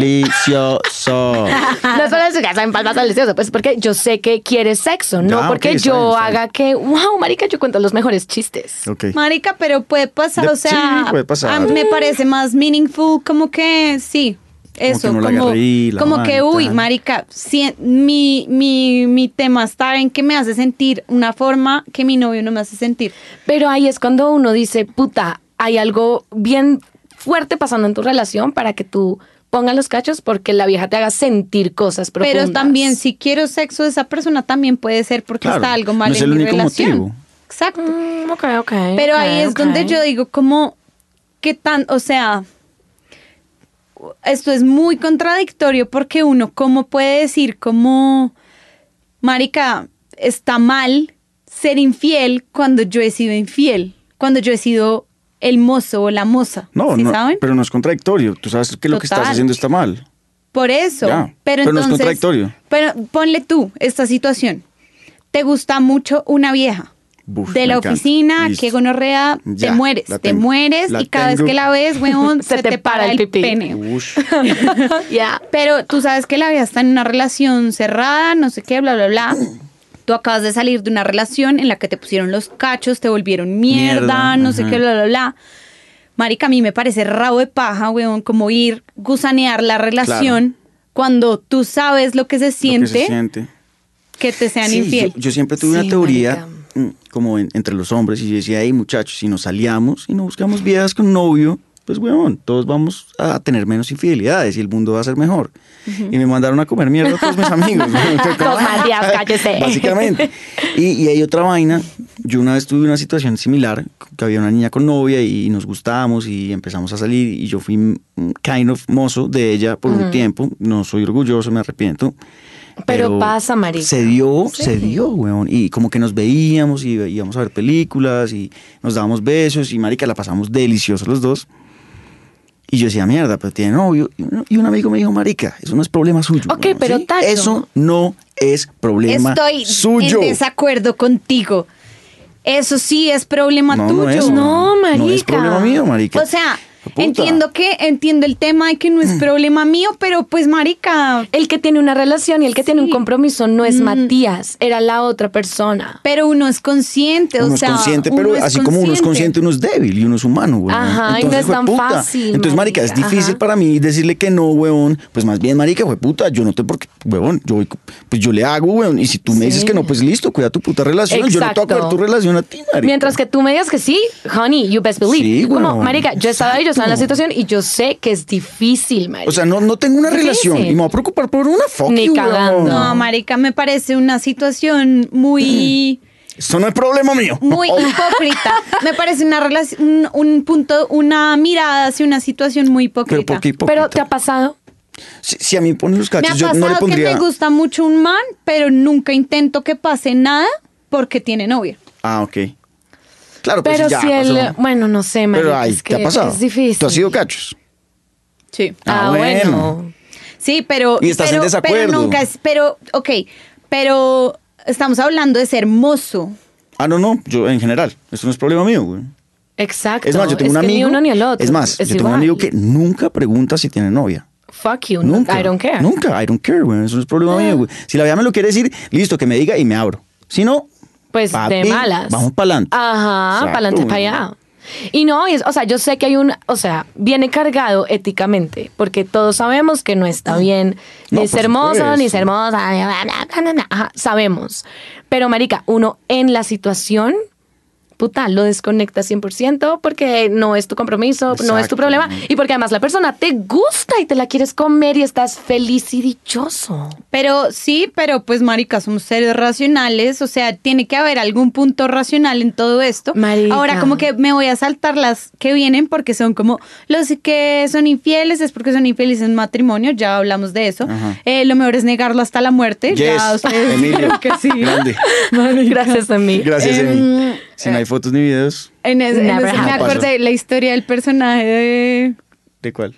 D: Delicioso.
C: No es para su casa en palmas delicioso, pues porque yo sé que quieres sexo, no
D: Ah, ok,
C: porque
D: está bien,
C: yo
D: está bien.
C: haga que, wow, marica, yo cuento los mejores chistes.
D: ok.
B: Marica, pero puede pasar,
D: De-
B: o sea,
D: sí, puede pasar.
B: a- me parece más meaningful, como que sí, eso,
D: no
B: como,
D: la agarré, la
B: como
D: mano,
B: que, uy,
D: tal.
B: marica, si- mi, mi, mi tema está en que me hace sentir una forma que mi novio no me hace sentir.
C: Pero ahí es cuando uno dice, puta, hay algo bien fuerte pasando en tu relación para que tú pongas los cachos porque la vieja te haga sentir cosas profundas.
B: Pero también, si quiero sexo de esa persona, también puede ser porque
D: Claro,
B: está algo
D: no
B: mal
D: es
B: en
D: el
B: mi
D: único
B: relación.
D: motivo.
B: Exacto.
C: Mm, ok, ok.
B: Pero
C: ok,
B: ahí es
C: ok.
B: donde yo digo, como, ¿qué tan, o sea, esto es muy contradictorio porque uno, ¿cómo puede decir como, Marica, está mal ser infiel cuando yo he sido infiel, cuando yo he sido el mozo o la moza?
D: No,
B: ¿sí
D: no,
B: saben?
D: pero no es contradictorio. Tú sabes que lo que estás
B: Total.
D: haciendo está mal.
B: Por eso.
D: Ya,
B: Pero,
D: pero no es
B: entonces,
D: contradictorio.
B: Pero ponle tú esta situación. Te gusta mucho una vieja.
D: Buf,
B: de
D: me
B: la
D: encanta.
B: oficina,
D: Listo.
B: que gonorrea,
D: Ya,
B: te mueres,
D: la
B: te
D: tengo.
B: mueres
D: La
B: y cada vez
D: tengo.
B: que la ves,
D: <laughs>
B: weón,
C: Se
B: se,
C: te
B: te,
C: para el pipí.
B: pene. <laughs>
D: Ush.
C: Ya.
B: Pero tú sabes que la vida está en una relación cerrada, no sé qué, bla, bla,
D: <clears throat>
B: bla. Tú acabas de salir de una relación en la que te pusieron los cachos, te volvieron mierda,
D: Mierda,
B: no sé
D: ajá.
B: qué, bla, bla, bla. Marica, a mí me parece rabo de paja, weón, como ir gusanear la relación cuando tú sabes lo que se
D: Lo que
B: siente
D: se siente.
B: que te sean
D: Sí,
B: infiel.
D: Yo, yo siempre tuve
C: Sí,
D: una teoría
C: marica.
D: mm, como en- entre los hombres y yo decía, hey muchachos, si nos salíamos y no buscamos viejas con novio, pues weón, todos vamos a tener menos infidelidades y el mundo va a ser mejor. Y me mandaron a comer mierda todos mis amigos. ¿no? Fue como,
C: Dos maldías, cállese.
D: Básicamente. Y, y hay otra vaina. Yo una vez tuve una situación similar, que había una niña con novia y nos gustábamos y empezamos a salir y yo fui mm, kind of mozo de ella por un tiempo. No soy orgulloso, me arrepiento.
C: Pero pasa, marica.
D: Se dio, se dio, weón. Y como que nos veíamos y íbamos a ver películas y nos dábamos besos y marica, la pasamos deliciosa los dos. Y yo decía, mierda, pero tiene novio. Y un- Y un amigo me dijo, marica, eso no es problema suyo.
C: Ok,
D: weón,
C: pero Tacho.
D: Eso no es problema
B: Estoy
D: suyo.
B: en desacuerdo contigo. Eso sí es problema
D: No,
B: tuyo.
D: no es,
C: No,
D: No es
C: marica.
D: problema mío, marica.
B: O sea,
D: Puta. Mm.
B: entiendo que entiendo el tema y que no es problema mío, pero pues marica,
C: El que tiene una relación y el que tiene un compromiso no es Matías, era la otra persona.
B: pero uno es consciente,
D: Uno
B: o sea,
D: es consciente, pero
B: es
D: así como uno es consciente, uno es débil y uno es humano, weón.
C: Ajá, y no es tan
D: jueputa,
C: fácil,
D: Entonces, marica, es
C: marica,
D: difícil
C: ajá.
D: para mí decirle que no, weón. Pues más bien, marica, puta, yo no te porque, weón, yo voy co- pues yo le hago, weón. Y si tú me dices
C: Sí.
D: que no, pues listo, cuida tu puta relación. Yo no te voy a
C: Exacto.
D: cuidar tu relación a ti, marica.
C: Mientras que tú me digas que sí, honey, you best believe.
D: Sí,
C: Como,
D: weón.
C: marica, yo estaba ahí, yo estaba en la
D: Exacto.
C: situación y yo sé que es difícil, marica.
D: O sea, no, no tengo una
C: Difícil.
D: relación y me voy a preocupar por una fucking,
C: Ni
D: weón.
C: cagando.
B: No, marica, me parece una situación
D: <clears throat>
B: muy
D: Eso no es problema mío. Oh,
B: muy hipócrita. Me parece una relación un, un punto, una mirada hacia una situación muy
D: Pero
B: hipócrita.
D: ¿por qué hipócrita?
C: pero te ha pasado.
D: Ah, si, si a mí me ponen los
B: Me ha
D: cachos, yo
B: pasado
D: no le pondría.
B: que me gusta mucho un man, pero nunca intento que pase nada porque tiene novia.
D: Ah, ok. Claro, pues
C: Pero
D: ya
C: si él,
D: pasó.
C: bueno, no sé, marica,
D: Pero ay,
C: es
D: ¿qué
C: que
D: ha pasado?
C: es difícil.
D: ¿Tú has sido cachos?
B: Sí.
C: Ah,
D: Ah,
C: bueno.
D: bueno.
B: Sí, pero.
D: Y estás en
B: pero-
D: desacuerdo.
B: Pero nunca. es- Pero, ok. Pero estamos hablando de ser mozo.
D: Ah, no, no, yo en general. Eso no es problema mío, güey.
C: Exacto.
D: Es más, yo tengo
C: es
D: un
C: que
D: amigo.
C: Ni uno ni el otro.
D: Es más, yo tengo un
C: igual.
D: amigo que nunca pregunta si tiene novia.
C: Fuck you. no-
D: Nunca.
C: I don't care.
D: Nunca, I don't care, güey. Eso no es problema mío, güey. Si la vida me lo quiere decir, listo, que me diga y me abro. Si no,
C: Pues de
D: papi,
C: malas.
D: Vamos para adelante.
C: Ajá, para adelante, para allá. Y no, y es- o sea, yo sé que hay un, o sea, viene cargado éticamente, porque todos sabemos que no está bien
D: Ah. No, por
C: ni ser hermoso, ni
D: supuesto.
C: ser hermosa, bla, bla, bla, bla, bla. Ajá, sabemos. Pero, Marica, uno en la situación, puta, lo desconecta 100% porque no es tu compromiso, no es
D: Exacto.
C: tu problema, y porque además la persona te gusta y te la quieres comer y estás feliz
D: <laughs>
C: y dichoso.
B: Pero sí, pero pues, marica, somos seres racionales. O sea, tiene que haber algún punto racional en todo esto.
C: Marica.
B: Ahora, como que me voy a saltar las que vienen porque son como los que son infieles, es porque son infieles en matrimonio. Ya hablamos de eso.
D: Ajá.
B: Eh, lo mejor es negarlo hasta la muerte. Ya
D: Yes,
B: ustedes <laughs>
C: <laughs>
D: Emilio.
B: dijeron que sí.
D: Grande.
C: Gracias a mí.
D: Gracias,
B: Em,
D: Emi. Si no hay fotos ni videos,
B: En ese- en
C: Never
B: ese me
C: happened.
B: acordé la historia del personaje de,
D: ¿de cuál?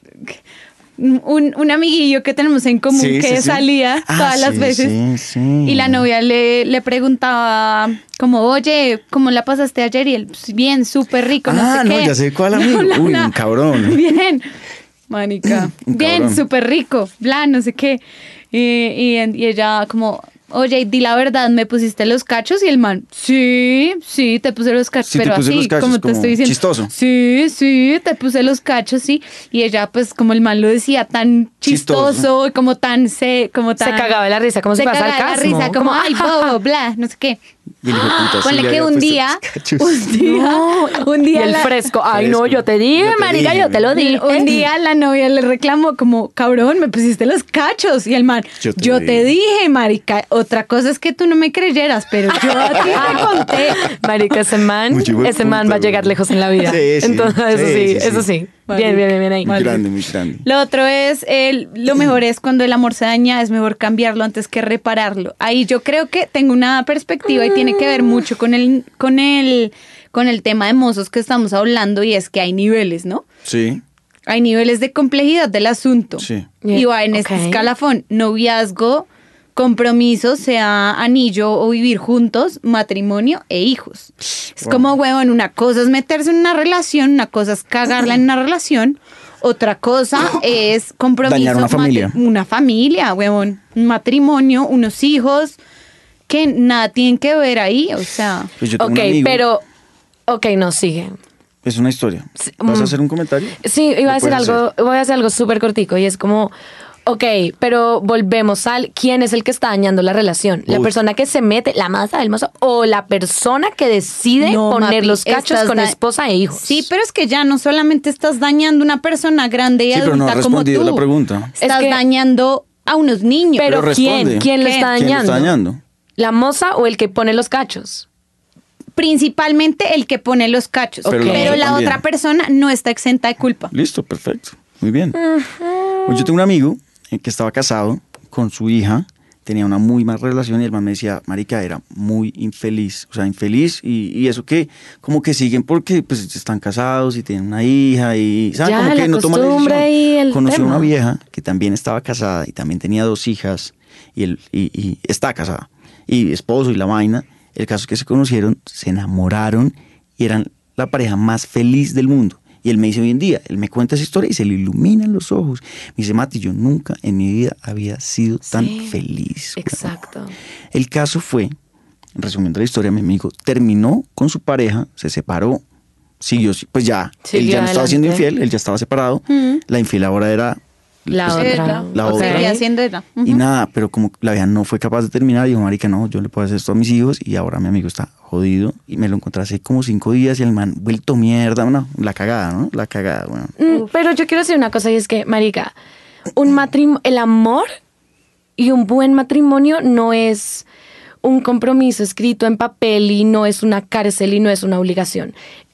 B: un, un amiguillo que tenemos en común
D: Sí,
B: que
D: sí, sí.
B: salía
D: Ah,
B: todas las
D: sí,
B: veces.
D: sí, sí.
B: Y la novia le, le preguntaba como, oye, ¿cómo la pasaste ayer? Y él, "Pues, bien, súper rico, no sé
D: Ah, no,
B: qué".
D: ya sé
B: <laughs>
D: cuál amigo.
B: Bla,
D: Uy,
B: bla.
D: un
B: <laughs>
D: cabrón.
B: Bien, manica.
D: Un
B: bien,
D: <clears throat> cabrón.
B: súper rico, bla, no sé qué. Y, y- y ella como... Oye, di la verdad, ¿me pusiste los cachos? Y el man, sí, sí, te puse los cachos,
D: Sí, te
B: pero
D: puse
B: así,
D: los cachos,
B: como te
D: como
B: estoy diciendo.
D: chistoso.
B: Sí, sí, te puse los cachos, sí. Y ella, pues, como el man lo decía, tan chistoso,
D: Chistoso.
B: y como tan, se, como
C: Se
B: tan-
C: cagaba de la risa, como
B: se
C: si fuera
B: cagaba de la
C: sarcasmo.
B: risa, como,
C: Como,
B: ay, bobo, bla, no sé qué.
D: Y el hijo de
C: Ah,
D: puta, sí
B: Ponle
D: le
B: que
D: había
B: un
D: puesto
B: día,
D: los <laughs> cachos.
B: un día, <laughs> un
C: Y
B: día
C: el
B: la-
C: fresco. Ay,
D: Fresco.
C: no, yo te dije,
D: Yo te
C: marica,
D: dije.
C: yo te lo dije. "Mm".
B: Un
C: <laughs>
B: día la novia le reclamó como, cabrón, me pusiste los cachos. Y el man, yo
D: Yo
B: te,
D: te
B: dije, marica, otra cosa es que tú no me creyeras, pero yo <laughs> a ti
C: <laughs>
B: te conté.
C: Marica, ese man,
D: Muy hijo de
C: ese man
D: puta,
C: va a
D: güey.
C: llegar lejos en la vida.
D: Sí, sí,
C: Entonces, eso
D: sí, sí,
C: sí,
D: sí.
C: eso sí. Bien, bien, bien, bien ahí.
D: Muy grande, muy grande.
B: Lo otro es, el, lo mejor es cuando el amor se daña, es mejor cambiarlo antes que repararlo. Ahí yo creo que tengo una perspectiva y tiene que ver mucho con el, con el, con el tema de mozos que estamos hablando y es que hay niveles, ¿no?
D: Sí.
B: Hay niveles de complejidad del asunto.
D: Sí.
B: Y va en
C: Ok.
B: este escalafón, noviazgo, compromiso, sea anillo o vivir juntos, matrimonio e hijos. Es como, huevón, una cosa es meterse en una relación, una cosa es cagarla en una relación, otra cosa
D: <coughs>
B: es compromiso.
D: Dañar una
B: matri-
D: familia.
B: Una familia, huevón. Un matrimonio, unos hijos, que nada tienen que ver ahí, o sea...
D: Pues yo tengo
C: Ok,
D: un amigo.
C: pero. Ok, no, sigue.
D: Es una historia.
C: Sí,
D: ¿Vas
C: mm.
D: a hacer un comentario?
C: Sí,
D: Lo
C: iba a decir
D: puedes
C: algo,
D: hacer.
C: voy a hacer algo súper cortico y es como, ok, pero volvemos al quién es el que está dañando la relación, la
D: Uy.
C: persona que se mete, la masa del mozo o la persona que decide
B: No,
C: poner
B: papi,
C: los cachos
B: estás
C: con
B: da-
C: esposa e hijos.
B: Sí, pero es que ya no solamente estás dañando a una persona grande y
D: Sí, pero
B: adulta
D: no ha
B: como tú.
D: respondido la pregunta.
B: Estás
C: Es que-
B: dañando a unos niños.
C: Pero,
D: Pero
C: ¿quién?
D: responde.
C: ¿Quién lo está
B: ¿Quién?
C: dañando?
D: ¿Quién lo está dañando?
C: ¿La moza o el que pone los cachos?
B: principalmente el que pone los cachos.
D: Pero
B: Pero,
C: la otra
B: la
D: también.
B: otra persona no está exenta de culpa.
D: Listo, perfecto. Muy bien. Pues Yo tengo un amigo eh, que estaba casado con su hija, tenía una muy mala relación y el man me decía, marica, era muy infeliz, o sea, infeliz y, y eso que como que siguen porque pues están casados y tienen una hija y ¿saben?
C: Ya,
D: como que
C: la
D: no toman la
C: costumbre
D: decisión.
C: y el
D: Conocí a
C: tema.
D: una vieja que también estaba casada y también tenía dos hijas y, el, y, y está casada y esposo y la vaina. El caso es que se conocieron, se enamoraron y eran la pareja más feliz del mundo. Y él me dice hoy en día, él me cuenta esa historia y se le iluminan los ojos. Me dice, Mati, yo nunca en mi vida había sido tan
C: Sí,
D: feliz. weón".
C: Exacto.
D: El caso fue, resumiendo la historia, mi amigo terminó con su pareja, se separó, siguió, pues ya, él
C: Siguió
D: ya no estaba siendo
C: adelante. Mm.
D: infiel, él ya estaba separado, la infiel ahora era
C: La
D: pues,
C: otra.
D: la
C: Ok.
D: otra.
B: Seguía haciendo era.
D: Y nada, pero como la vieja no fue capaz de terminar, dijo, marica, no, yo le puedo hacer esto a mis hijos y ahora mi amigo está jodido y me lo encontré hace como cinco días y el man vuelto mierda, no, la cagada, ¿no? La cagada, bueno.
C: Mm, Pero yo quiero decir una cosa y es que, marica, un matrimonio, el amor y un buen matrimonio no es un compromiso escrito en papel y no es una cárcel y no es una obligación.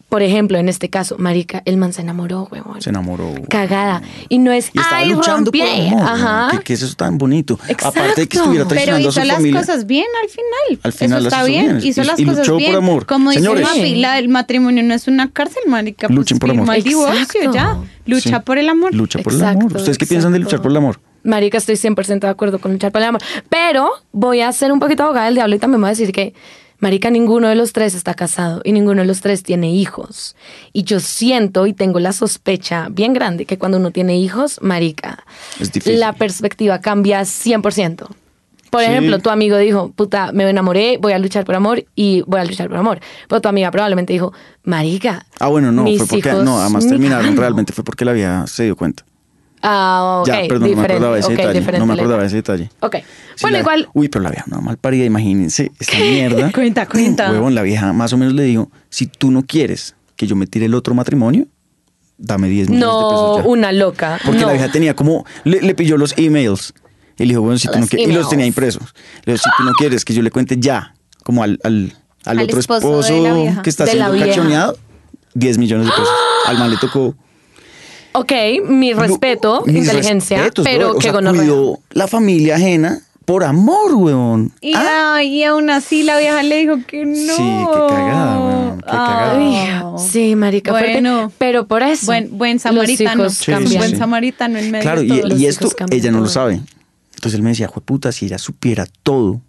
C: Por ejemplo, en este caso, marica, el man se enamoró, huevón.
D: Se enamoró.
C: Cagada. Y no es,
D: Y estaba
C: ay,
D: luchando
C: rompí.
D: por el amor,
C: Ajá.
D: ¿no? que, que eso es tan bonito. Aparte de que
C: Exacto.
D: estuviera
B: Pero
D: traicionando a
B: hizo
D: su
B: las
D: familia.
B: cosas bien al final.
D: Al final
B: Eso
D: las
B: está
D: hizo
B: bien.
D: bien.
B: Hizo
D: Y-
B: las
D: y
B: cosas
D: luchó por
B: bien.
D: amor.
B: Como
D: Señores.
B: dice Mapi, la- el matrimonio no es una cárcel, marica. pues,
D: Luchen por el amor.
B: firma el divorcio,
C: Exacto.
B: ya. Lucha
D: Sí.
B: por el amor.
D: Lucha por el
C: Exacto,
D: amor. ¿Ustedes qué piensan de luchar
C: exacto.
D: por el amor?
C: Marica, estoy 100% de acuerdo con luchar por el amor. Pero voy a ser un poquito abogada del diablo y también voy a decir que, Marica, ninguno de los tres está casado y ninguno de los tres tiene hijos. Y yo siento y tengo la sospecha bien grande que cuando uno tiene hijos, Marica,
D: Es difícil.
C: la perspectiva cambia 100%. Por
D: Sí.
C: ejemplo, tu amigo dijo, puta, me enamoré, voy a luchar por amor y voy a luchar por amor. Pero tu amiga probablemente dijo, Marica.
D: Ah, bueno, no,
C: mis
D: fue porque
C: hijos
D: no,
C: <laughs>
D: además
C: ni
D: terminaron
C: cagando".
D: realmente fue porque la vieja se dio cuenta.
C: Ah, ok.
D: ya, perdón, no me
C: diferente,
D: acordaba de ese
C: ok,
D: detalle.
C: diferente
D: No me
C: letra.
D: acordaba de ese detalle.
C: Ok.
D: Sí,
C: bueno,
D: la-
C: igual.
D: Uy, pero la vieja, no, mal parida,
C: <laughs>
D: imagínense esta mierda.
B: Cuenta, cuenta.
D: Huevón, la vieja más o menos le dijo, si tú no quieres que yo me tire el otro matrimonio, dame 10 millones de
C: No,
D: pesos ya.
C: una loca.
D: Porque
C: no.
D: la vieja tenía como, le, le pilló los emails. Y le dijo, bueno, si tú no
C: Los
D: quieres, y los tenía
C: emails.
D: impresos. Le dijo, si tú no quieres que yo le cuente ya, como al, al, al
B: Al
D: otro
B: esposo
D: esposo,
B: de la vieja.
D: que está
C: De la
D: siendo
C: vieja.
D: cachoneado, 10 millones de pesos. Al mal le
C: <gasps>
D: tocó.
C: Ok, mi respeto,
D: Mis
C: inteligencia,
D: respetos,
C: pero
D: brother. O
C: que
D: sea,
C: gonorrea.
D: cuidó la familia ajena por amor, weón.
B: Y,
D: Ah,
B: ay, y aún así la vieja le dijo que no.
D: Sí, qué cagada, weón, qué cagada.
B: Ay.
C: Sí, marica, fuerte,
B: Oh. Bueno.
C: pero por eso
B: Buen, buen
C: los
B: samaritano.
C: hijos
D: Sí,
C: cambian.
D: sí,
B: Buen
D: sí.
B: samaritano en medio
D: Claro,
B: de
D: y,
B: todo.
C: los
D: y
C: hijos
D: esto
C: cambian
D: ella no lo
C: todo.
D: sabe. Entonces él me decía, puta, si ella supiera todo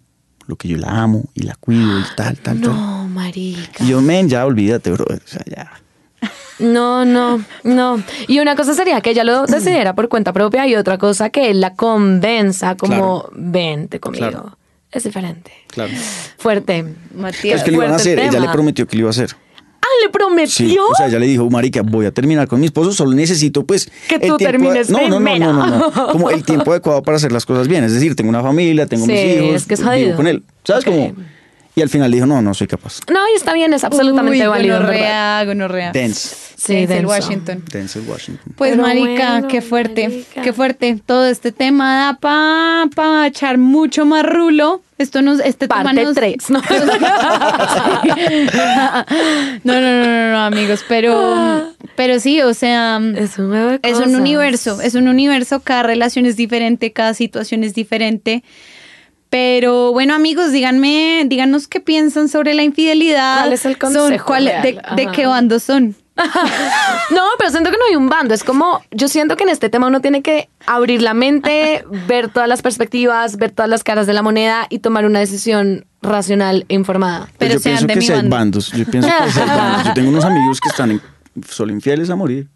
D: lo que yo la amo y la cuido y tal, tal, tal.
C: No, marica.
D: Y yo, men, ya olvídate, bro. O sea, ya.
C: No, no, no. Y una cosa sería que ella
D: Mm.
C: lo decidiera por cuenta propia y otra cosa que él la convenza como
D: Claro.
C: vente conmigo.
D: Claro.
C: Es diferente.
D: Claro.
C: Fuerte.
B: Matías.
D: es que lo iban a
C: fuerte
D: hacer. Ella
C: tema.
D: le prometió que lo iba a hacer.
C: Ah, le prometió.
D: Sí. O sea, ella le dijo, marica, voy a terminar con mi esposo, solo necesito, pues...
C: Que
D: el
C: tú
D: tiempo-
C: termines
D: no, no, no,
C: primero.
D: no, no,
C: <laughs>
D: no. Como el tiempo adecuado para hacer las cosas bien. Es decir, tengo una familia, tengo
C: Sí,
D: mis hijos.
C: es que es
D: vivo
C: jodido.
D: con él. ¿Sabes
C: Ok.
D: cómo? Y al final dijo, no, no soy capaz.
C: No, y está bien, es absolutamente
B: Uy,
C: válido. en
B: Gonorrea,
C: verdad.
B: gonorrea.
D: Dance.
C: Sí,
B: Denzel
C: denso.
B: Washington.
D: Denzel Washington.
B: Pues
C: Pero
B: marica,
C: bueno,
B: qué fuerte,
C: marica.
B: qué fuerte. Todo este tema da pa pa echar mucho más rulo. Esto nos este tema
C: Parte
B: nos-
C: tres, ¿no?
B: <laughs> Sí. no, no, no, no, no, amigos, pero pero sí, o sea,
C: Ah. Es un huevo de
B: es un
C: cosas.
B: universo, es un universo, cada relación es diferente, cada situación es diferente. Pero bueno, amigos, díganme, díganos qué piensan sobre la infidelidad.
C: ¿Cuál es el
B: Son-
C: consejo
B: cuál-
C: real?
B: de, de
C: Ajá.
B: qué bando
C: <laughs>
B: son?
C: <laughs> No, pero siento que no hay un bando. Es como, yo siento que en este tema uno tiene que abrir
B: <laughs>
C: la mente, ver todas las perspectivas, ver todas las caras de la moneda y tomar una decisión racional e informada.
B: Pero
D: yo
B: sean
D: pienso
B: de
D: que
B: mi
D: sí hay
B: bando.
D: bandos. Yo pienso que sí hay bandos. Yo tengo unos amigos que están en- solo infieles a morir.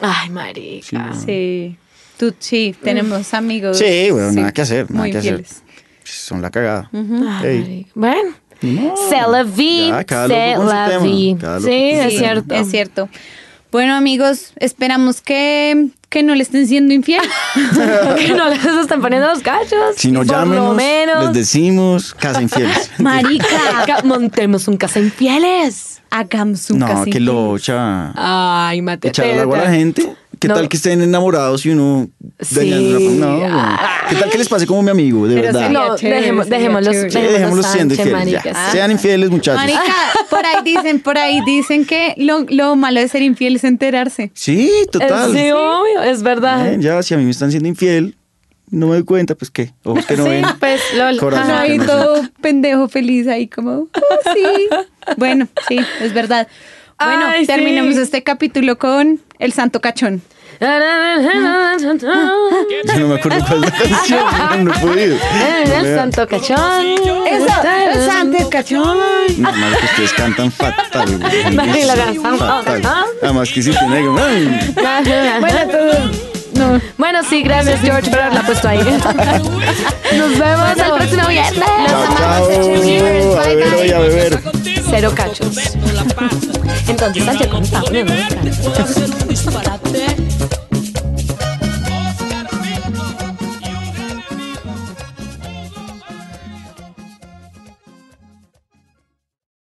C: Ay,
D: Sí,
C: marica.
D: weón.
B: Sí. Tú sí, tenemos amigos.
D: Sí, bueno, nada que hacer, nada
B: muy
D: que hacer. Pues,
B: infieles.
D: Son la cagada.
C: Ay,
D: Ey.
C: marica. Bueno.
D: No.
C: Se la vi,
D: Ya, cada loco
C: se
D: con su
C: la
D: tema,
C: vi.
D: cada loco
C: Sí,
D: con su
C: es
B: Sí,
D: tema.
C: cierto.
B: Es cierto. Bueno, amigos, esperamos que, que no le estén siendo
D: <laughs>
B: infiel.
C: <laughs> que no les están poniendo los cachos.
D: Si no,
C: Por lo
D: llámenos, les
C: menos.
D: decimos casa infieles.
B: Marica,
C: Ca- Montemos un casa infieles.
B: hagamos un
D: no,
B: casito.
D: que lo echa...
C: Ay, mate.
D: echar al agua a la gente. ¿Qué
C: No.
D: tal que estén enamorados y uno
C: Sí.
D: dañando la- No, güey.
C: Ay.
D: ¿Qué tal que les pase como mi amigo, de
B: Pero
D: verdad?
B: sería-
C: No,
B: chévere,
C: dejemos-
B: sería
C: dejémoslos,
B: chévere.
D: Sí, dejémoslos siendo
C: Sánchez,
D: infieles. ya.
C: maricas.
D: Sean infieles, muchachos.
B: Marica, por ahí dicen, por ahí dicen que lo, lo malo de ser infiel es enterarse.
D: Sí, total.
C: Sí, obvio, es verdad.
D: Ven, ya, si a mí me están siendo infiel, no me doy cuenta, pues qué. Ojos que no
C: Sí,
D: ven.
C: pues, lol.
D: corazón
C: Ajá.
B: No,
D: que
B: y
D: no
B: todo pendejo feliz ahí como, "Ah, sí. Bueno, sí, es verdad. Bueno,
C: Ay, sí.
B: terminemos este capítulo con el santo cachón.
C: El
D: siente. Yo no me acuerdo cuál es la canción. No he podido.
C: Eh, santo cachón.
B: el santo cachón.
D: No, madre, que ustedes cantan fatal. güey.
C: <laughs> Vale, la canción.
D: Fatal.
C: Ah.
D: Además que sí, tiene que... ay.
C: Bueno, tú- no. Bueno, sí, gracias George por haberla puesto
D: <laughs>
C: ahí. Nos vemos el próximo viernes.
D: Chao, chao. A beber hoy, a beber.
C: Cero cachos. Entonces, Sánchez, ¿cómo está? Bueno,
E: Puedo hacer un disparate.